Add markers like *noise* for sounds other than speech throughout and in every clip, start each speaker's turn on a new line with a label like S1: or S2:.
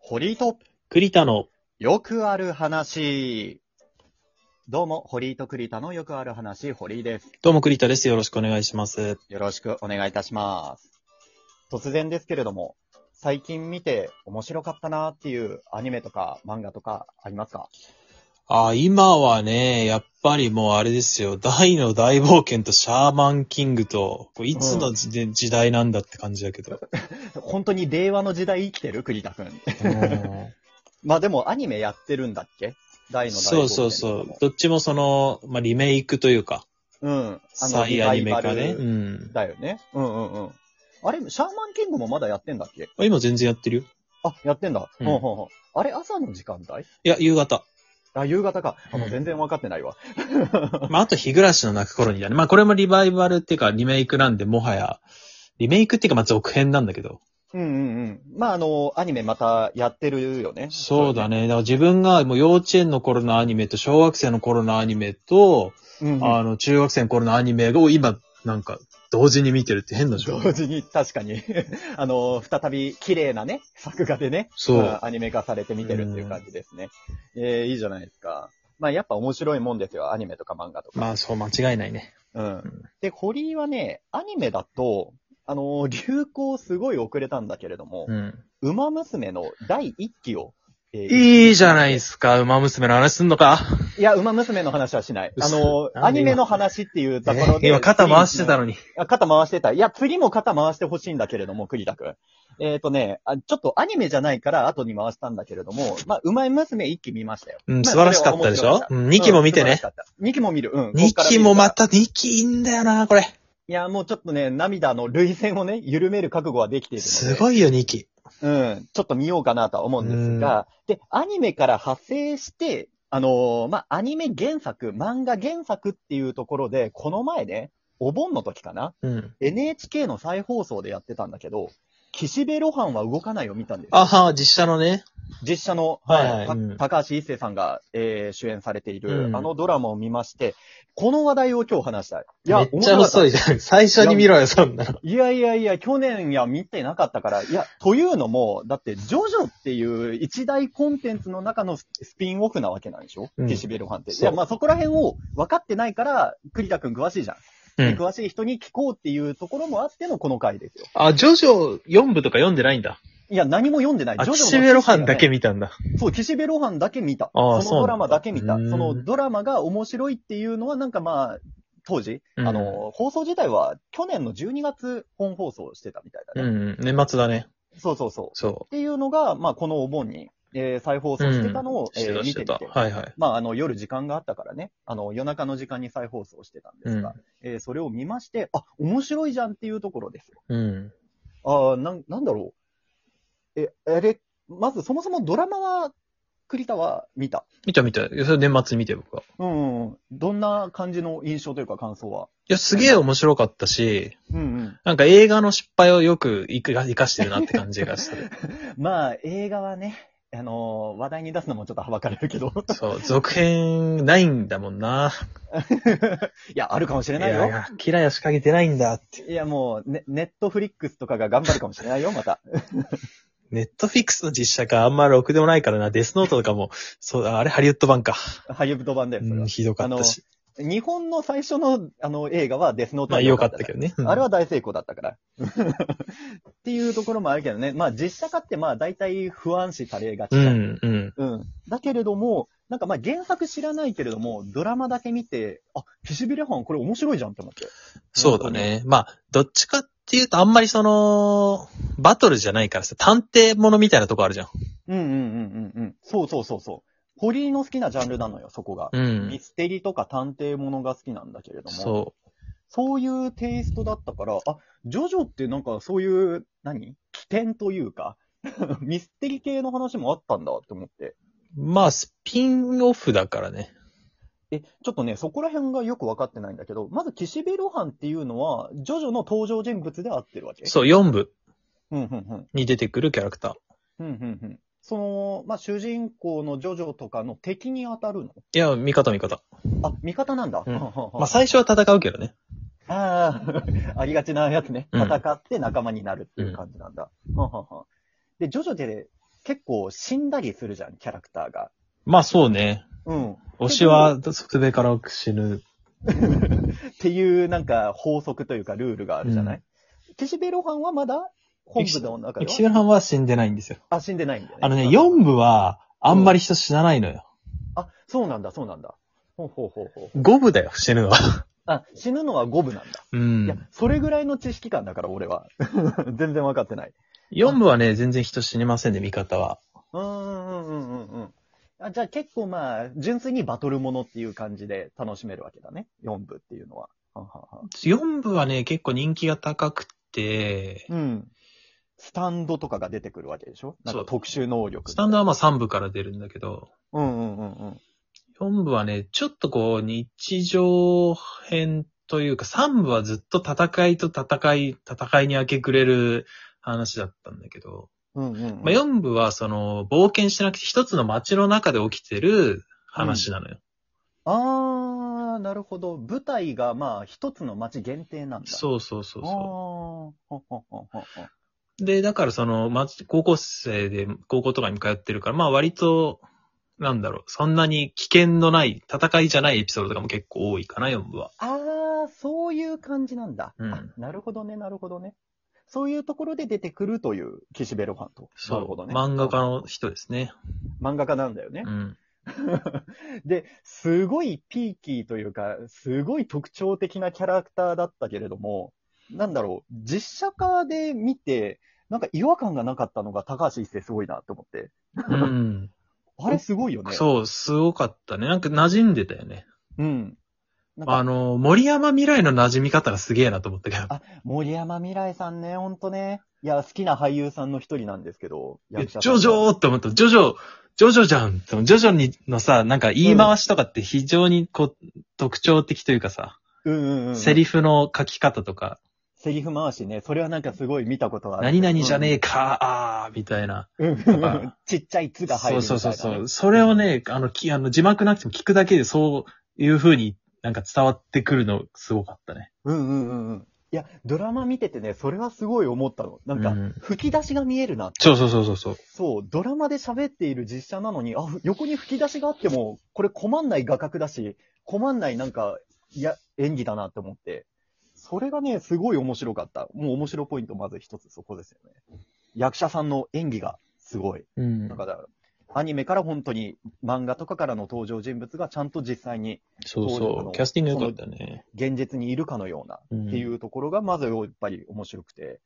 S1: 堀井と
S2: 栗田の。
S1: よくある話。どうも、堀井と栗田のよくある話、堀井です。
S2: どうも栗田です。よろしくお願いします。
S1: よろしくお願いいたします。突然ですけれども、最近見て面白かったなっていうアニメとか漫画とかありますか
S2: あ、今はね、やっぱりもうあれですよ。大の大冒険とシャーマンキングと、これいつの時,、時代なんだって感じだけど。
S1: 本当に令和の時代生きてる栗田くん。*laughs*
S2: *laughs* うん
S1: まあでもアニメやってるんだっけ大の大
S2: そうそうそう。どっちもその、まあ、リメイクというか、
S1: う。うん。あの、リ
S2: 再ア
S1: バ
S2: ニ
S1: イ
S2: メ
S1: バ
S2: 化ね。
S1: ル
S2: うん。
S1: だよね。うんうんうん。あれ、シャーマンキングもまだやってんだっけ
S2: あ今全然やってるよ。
S1: あ、やってんだ。
S2: うん
S1: ほうほうほう。あれ、朝の時間帯
S2: いや、夕方。 *laughs*
S1: あ、夕方か。あ、もう
S2: うん
S1: 全然分かってないわ。
S2: まあ、あと日暮らしの泣く頃にだね。まあ、これもリバイバルっていうか、リメイクなんで、もはや、リメイクっていうか、まあ、続編なんだけど。
S1: うんうんうん。まあ、あの、アニメまたやってるよね。
S2: そうだ。ね。だから自分がもう幼稚園の頃のアニメと小学生の頃のアニメと、
S1: うんうん、
S2: あの、中学生の頃のアニメを今、なんか、同時に見てるって変な状
S1: 同
S2: 況。
S1: 時に、確かに。 *laughs* あの、再び綺麗なね、作画でね、
S2: そう
S1: まあアニメ化されて見てるっていう感じですね。えー、いいじゃないですか。まあ、やっぱ面白いもんですよ。アニメとか漫画とか。
S2: まあ、そう、間違いないね。
S1: うん。で、堀井はね、アニメだと、あの、流行すごい遅れたんだけれども、
S2: うん。
S1: ウマ娘の第1期を、えー
S2: いいじゃないですか、馬娘の話すんのか。
S1: いや、馬娘の話はしない。あの、
S2: 嘘
S1: アニメの話っていうところで。
S2: *laughs* 今、肩回してた
S1: の
S2: のに。
S1: 肩回してた。いや、次も肩回してほしいんだけれども、栗田くん。えっ、とねあ、ちょっとアニメじゃないから後に回したんだけれども、まあ、うまい娘一期見ましたよ。
S2: うん、素晴らしかったでしょ、うん、?2 期も見てね。
S1: 2期も見る。うん。
S2: 2期もま
S1: こっから見るから
S2: た、2期いいんだよな、これ。
S1: いや、もうちょっとね、涙の涙腺をね、緩める覚悟はできているので。
S2: すごいよ、2期。
S1: うん、ちょっと見ようかなとは思うんですが、で、アニメから派生して、あのーまあ、アニメ原作、漫画原作っていうところで、この前ね、お盆の時かな
S2: うん。
S1: ?NHK の再放送でやってたんだけど、岸辺露伴は動かないを見たんですよ。
S2: あは、実写のね。
S1: 実写の、
S2: はい
S1: はいた
S2: うん
S1: 高橋一生さんが、えー主演されている、
S2: うん
S1: あのドラマを見まして、この話題を今日話したい。い
S2: め
S1: や、
S2: っちゃ遅いじゃん。最初に見ろよ、そんなの。
S1: いやいやいや、去年や見てなかったから、いや、というのも、だって、ジョジョっていう一大コンテンツの中のススピンオフなわけなんでしょ、
S2: うん
S1: 岸辺露伴って。い
S2: そう
S1: や、まあそこら辺を分かってないから、栗田くん詳しいじゃん。
S2: う
S1: で。詳しい人に聞こうっていうところもあってのこの回ですよ。
S2: あ、ジョジョ4部とか読んでないんだ。
S1: いや、何も読んでない。
S2: あ、
S1: ジョジョの
S2: 岸辺露伴だけ見たんだ。
S1: そう、岸辺露伴だけ見た。
S2: ああ
S1: そのドラマだけ見た。
S2: そうなん
S1: そ
S2: だ
S1: のドラマが面白いっていうのは、なんかまあ、当時、
S2: うん
S1: あの、放送自体は去年の12月本放送してたみたいだ
S2: う
S1: ね。
S2: ん、年末だね。
S1: そうそうそう。
S2: そ
S1: っていうのが、まあ、このお盆に、えー再放
S2: う。
S1: 送してたのを、
S2: うん
S1: え
S2: して
S1: ー
S2: た、
S1: 見
S2: してて
S1: み
S2: た。
S1: て。
S2: はいはい。
S1: まあ、あの、夜時間があったからね、あの、夜中の時間に再放送してたんですが、えーそれを見まして、あ、面白いじゃんっていうところですよ。
S2: うん。
S1: ああ、なん、なんだろう。え、あれ、まずそもそもドラマは、栗田は見た。
S2: 見た見た。それ年末に見て僕は。い
S1: うんうんうん。どんな感じの印象というか感想は。
S2: や、すげえ面白かったし、
S1: うんうん。
S2: なんか映画の失敗をよく生か生かしてるなって感じがして。
S1: まあ、映画はね、あのー話題に出すのもちょっとはばかれるけど。 *laughs*
S2: そう、続編ないんだもんな。
S1: いや、あるかもしれ
S2: い
S1: ないよ。
S2: やいや、キラヤ仕掛けてないんだって。
S1: いや、もう、ね、ネットフリックスとかが頑張るかもしれないよ、また。
S2: ネットフィックスの実写化あんまろくでもないからな。デスノートとかも、そう、ああれハリウッド版か。
S1: ハリウッド版だよ、それ
S2: う
S1: は
S2: ん、。ひどかったし。
S1: 日本の最初のあの映画はデスノート
S2: まあ、
S1: は
S2: 良かった
S1: じ
S2: けどね。
S1: ゃ
S2: うん
S1: んあれは大成功だったから。っていうところもあるけどね。まあ実写化ってまあ大体不安視されがち
S2: う
S1: だ、
S2: ん、うん。
S1: うんだけれども、なんかまあ原作知らないけれども、ドラマだけ見て、あ、岸辺露伴これ面白いじゃんって思って。
S2: そうだね。まあ、どっちかっていうと、あんまりその、バトルじゃないからさ、探偵ものみたいなとこあるじゃん。
S1: うんうんうんうんうん。そうそうそうそう。堀井の好きなジャンルなのよ、そこが。
S2: う
S1: ミ
S2: ん。
S1: ステリとか探偵ものが好きなんだけれども。
S2: そ
S1: そういうテイストだったから、あ、ジョジョってなんかそういう、何起点というか、 *laughs* ミステリ系の話もあったんだって思って。
S2: う。まあ、スピンオフだからね。
S1: え、ちょっとね、そこら辺がよくわかってないんだけど、まず岸辺露伴っていうのは、ジョジョの登場人物で合ってるわけ
S2: そう、4部
S1: うん、うん、うん。
S2: に出てくるキャラクター。
S1: うん、うん、うん。その、まあ、主人公のジョジョとかの敵に当たるの
S2: いや、味方味方。
S1: あ、味方なんだ。
S2: うんまあ、
S1: あ
S2: 最初は戦うけどね。
S1: あー、 *laughs* ありがちなやつね。
S2: うん
S1: 戦って仲間になるっていう感じなんだ。はははで、ジョジョで結構死んだりするじゃん、キャラクターが。
S2: まあそうね。
S1: うん。
S2: 推しは、すべからく死ぬ。
S1: っていうなんか法則というかルールがあるじゃない、岸辺露伴はまだ本部の中で
S2: 岸
S1: は
S2: 辺藩は死んでないんですよ。
S1: あ、死んでないんだよね。
S2: あのね、4部は、あんまり人死なないのよ。
S1: あ、そうなんだ、そうなんだ。ほうほうほうほう。
S2: 5部だよ、死ぬのは。
S1: あ、死ぬのは五部なんだ。
S2: う
S1: いや
S2: ん。、
S1: それぐらいの知識感だから、俺は。 *laughs* 全然わかってない。
S2: 4部はね、全然人死にませんね、味方は。
S1: うーん、うん、うん、うんうん。あじゃあ結構まあ、純粋にバトルものっていう感じで楽しめるわけだね。4部っていうのは。はんはんはん
S2: 4部はね、結構人気が高くて、
S1: うん。スタンドとかが出てくるわけでしょなん
S2: そ
S1: か
S2: う
S1: 特殊能力。
S2: スタンドはまあ3部から出るんだけど、
S1: うんうんうんうん。
S2: 4部はね、ちょっとこう、日常編というか、3部はずっと戦いと戦い、戦いに明け暮れる話だったんだけど、
S1: うんうんうん。
S2: まあ、4部はその、冒険してなくて、一つの街の中で起きてる話なのよ。
S1: あー、なるほど。舞台がまあ、一つの街限定なんだ。う
S2: そうそうそうそ
S1: あーほんほんほんほんほん
S2: う。で、だからその、ま、高校生で、高校とかに通ってるから、まあ割と、なんだろう、そんなに危険のない、戦いじゃないエピソードとかも結構多いかな、4部は。
S1: あー、そういう感じなんだ。
S2: うん
S1: あなるほどね、なるほどね。そういうところで出てくるという、岸辺露伴と。
S2: そう。
S1: なるほどね。
S2: 漫画家の人ですね。
S1: 漫画家なんだよね
S2: う。ん。
S1: で、すごいピーキーというか、すごい特徴的なキャラクターだったけれども、なんだろう、実写化で見て、なんか違和感がなかったのが高橋一生すごいなって思って。 *laughs*
S2: うん。
S1: あれすごいよね。
S2: そう、すごかったね。なんか馴染んでたよね。
S1: うん。なん
S2: あ
S1: か、
S2: の、森山未来の馴染み方がすげえなと思ったけど。
S1: あ森山未来さんね、ほんとね。いや、好きな俳優さんの一人なんですけど、
S2: いや
S1: 役
S2: ジ
S1: 者さん
S2: ョジョーって思った。ジョジョ、ジョジョじゃんって思うジョジョにのさ、なんか言い回しとかって非常にこう、特徴的というかさ、
S1: うんうんうん。
S2: セリフの書き方とか、
S1: セリフ回しね、それはなんかすごい見たことがある。
S2: 何々じゃねえか、あー、みたいな。
S1: うん。
S2: とか
S1: ちっちゃい「つ」が入る
S2: そう
S1: みたい
S2: そ
S1: なね。
S2: うそうそう。それをね、あの、きあの字幕なくても聞くだけでそういう風になんか伝わってくるのすごかったね。
S1: うんうんうんうん。いや、ドラマ見ててね、それはすごい思ったの。なんか、
S2: うん
S1: 吹き出しが見えるなって。
S2: そうそうそうそうそう。
S1: そう、ドラマで喋っている実写なのに、あ、横に吹き出しがあっても、これ困んない画角だし、困んないなんか、いや、演技だなって思って。それがね、すごい面白かった。もう面白ポイントまず一つそこですよね。役者さんの演技がすごい。
S2: うん
S1: だ。から、アニメから本当に漫画とかからの登場人物がちゃんと実際に
S2: そう
S1: そうあ
S2: そ
S1: の
S2: う。キャスティング良かったね。
S1: 現実にいるかのような
S2: っ
S1: っていううところがまずやっぱり面白くて。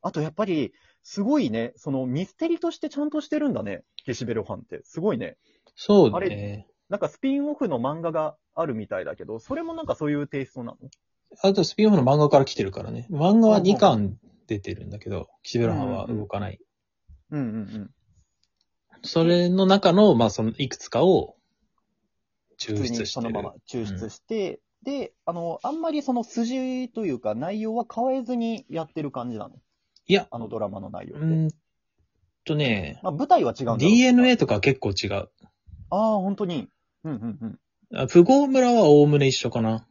S1: あとやっぱり、すごいね、そのミステリとしてちゃんとしてるんだね。ゲシベルファンって。すごいね。
S2: ん。そう
S1: あ
S2: ね。
S1: なんかスピンオフの漫画があるみたいだけど、それもなんかそういうテイストなの
S2: あとスピンオフの漫画から来てるからね。漫画は2巻出てるんだけど、岸辺露伴は動かない。
S1: うんうん
S2: それの中の、まあそのいくつかを
S1: うん。
S2: 抽
S1: 普通
S2: 出
S1: に
S2: して
S1: そ
S2: る。
S1: のまま抽出して、で、あの、あんまりその筋というか内容は変えずにやってる感じなの。
S2: いや
S1: あのドラマの内容
S2: う
S1: って。
S2: ーんとね、
S1: まあ舞台は違うんだろうけど
S2: DNA とかは結構違う。
S1: ああ、本当に。うんうんうん。
S2: あ富豪村はおおむね一緒かな。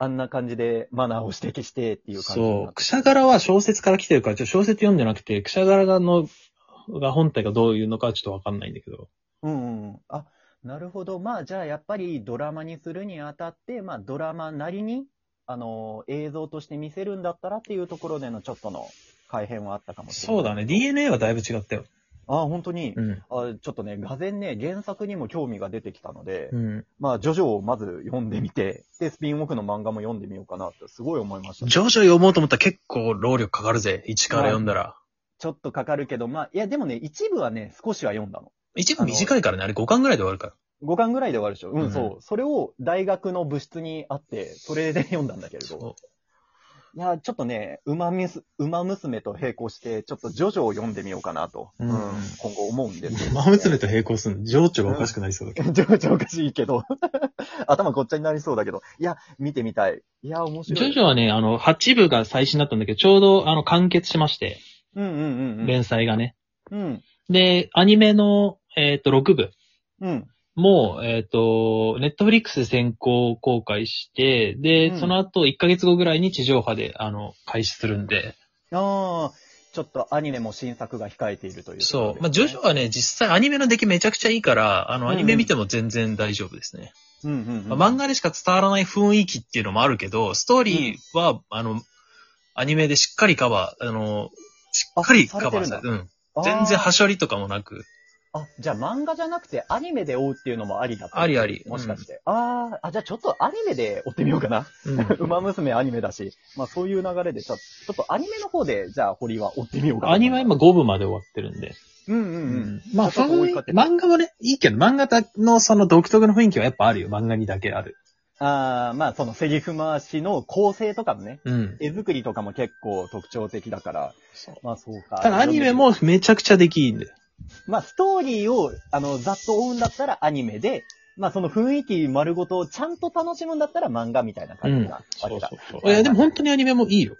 S1: あんな感じでマナーを指摘してっていう感じになって
S2: そう。くしゃがらは小説から来てるから、ちょっと小説読んでなくて、くしゃがらがの、が本体がどういうのかはちょっとわかんないんだけど。
S1: うんうんうん。あ、なるほど。まあ、じゃあ、やっぱりドラマにするにあたって、まあ、ドラマなりに、あのー、映像として見せるんだったらっていうところでのちょっとの改変はあったかもしれな
S2: そ
S1: い。
S2: うだね。。DNA はだいぶ違ったよ。
S1: あ、本当に。
S2: うん。
S1: あちょっとね、がぜんね、原作にも興味が出てきたので、
S2: うん。
S1: まあ、ジョジョをまず読んでみて、で、スピンオフの漫画も読んでみようかなって、すごい思いましたね。
S2: ジョジョ読もうと思ったら結構労力かかるぜ。一から読んだら。
S1: ちょっとかかるけど、まあ、いや、でもね、一部はね、少しは読んだの。
S2: 一部短いからね。あれ5巻ぐらいで終わるから。
S1: 5巻ぐらいで終わるでしょ。うん、
S2: うん
S1: そう。それを大学の部室にあって、それで読んだんだけれど。
S2: そ
S1: いや、ちょっとね、馬みす、馬娘と並行して、ちょっとジョジョを読んでみようかなと、
S2: うん
S1: 今後思うんです
S2: う。マ娘と並行するの。情緒がおかしくなりそうだけ
S1: け
S2: ど。
S1: ど。 *laughs* ジョジョおかしいけど。 *laughs* 頭ごっちゃになりそうだけど。いや、見てみたい。いや、面
S2: ジ
S1: 白い。
S2: ョジョはね、あの、8部が最新だったんだけど、ちょうど、あの、完結しまして、
S1: うんうんうんうん。
S2: 連載がね。
S1: うん。
S2: で、アニメの、えっ、と、6部
S1: うん。
S2: もう、えっ、と、ネットフリックスで先行公開して、で、
S1: うん
S2: その後1ヶ月後ぐらいに地上波で、あの、開始するんで、
S1: ああ、ちちょっとアニメも新作が控えているという、
S2: そう。まあ、ジョジョはね、実際アニメの出来めちゃくちゃいいから、あの、アニメ見ても全然大丈夫ですね。
S1: うんうん、うん。
S2: まあ漫画でしか伝わらない雰囲気っていうのもあるけど、ストーリーは、あの、アニメでしっかりカバー、あの、しっかりカバー
S1: あ
S2: し
S1: さ
S2: て
S1: れて
S2: うん。
S1: あー
S2: 全然はしょりとかもなく。
S1: あ、じゃあ漫画じゃなくてアニメで追うっていうのもありだった。
S2: ありあり
S1: もしかして。あーあ、じゃあちょっとアニメで追ってみようかな。
S2: うん。
S1: *laughs* ウマ娘アニメだし。まあそういう流れで、ちょちょっとアニメの方で、じゃあ堀は追ってみようかな。
S2: アニメは今5部まで終わってるんで。
S1: うんうんう。。
S2: うんまあ、
S1: ちょっと追いかけて
S2: 漫画もね、いいけど、漫画だのその独特の雰囲気はやっぱあるよ。漫画にだけある。
S1: ああ、まあそのセリフ回しの構成とかもね。
S2: うん。
S1: 絵作りとかも結構特徴的だから。まあそうか。
S2: ただアニメもめちゃくちゃできいいんだよ。
S1: まあ、ストーリーを、あの、ざっと追うんだったらアニメで、まあ、その雰囲気丸ごとをちゃんと楽しむんだったら漫画みたいな感じなわけだ。
S2: ういや、でも本当にアニメもいいよ。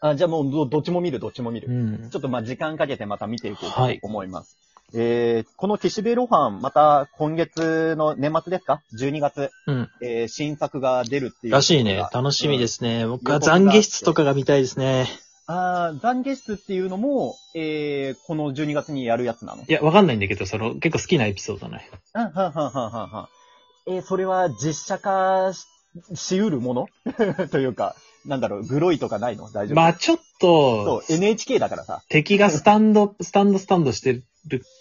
S1: あじゃあもうど、どっちも見る、どっちも見る。
S2: ん
S1: ちょっとまあ、時間かけてまた見ていこう
S2: は
S1: と
S2: い
S1: 思います。えー、この岸辺露伴、また今月の年末ですか ?12 月、
S2: うん。
S1: えー、新作が出るっていうことが。。
S2: らしいね。楽しみですすね。僕
S1: 予
S2: は
S1: 告があって
S2: 懺悔室とかが見たいですね。
S1: あー懺悔室っていうのも、えー、この12月にやるやつなの
S2: いや、わかんないんだけど、その、結構好きなエピソードね。
S1: うん、はんはんはんはんはん。えーそれは実写化ししうるもの *laughs* というか、なんだろう、グロいとかないの大丈夫
S2: まあ、ちょっ
S1: そ
S2: と、
S1: う、NHK だからさ。
S2: 敵がスタンド、スタンドスタンドしてる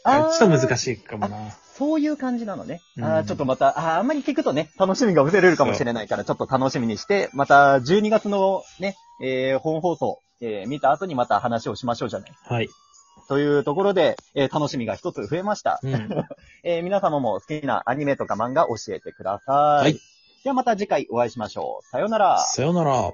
S2: から
S1: あー
S2: ちょっと難しいかもな。
S1: そういう感じなのね。
S2: う
S1: あ
S2: ん
S1: ーちょっとまた、あーあんまり聞くとね、楽しみが薄れるかもしれないから、ちょっと楽しみにして、また12月のね、えー本放送、えー見た後にまた話をしましょうじゃない。
S2: はい。
S1: というところで、えー楽しみが一つ増えました。
S2: うん。
S1: えー皆様も好きなアニメとか漫画教えてください。
S2: はい。
S1: ではまた次回お会いしましょう。さようなら。
S2: さよなら。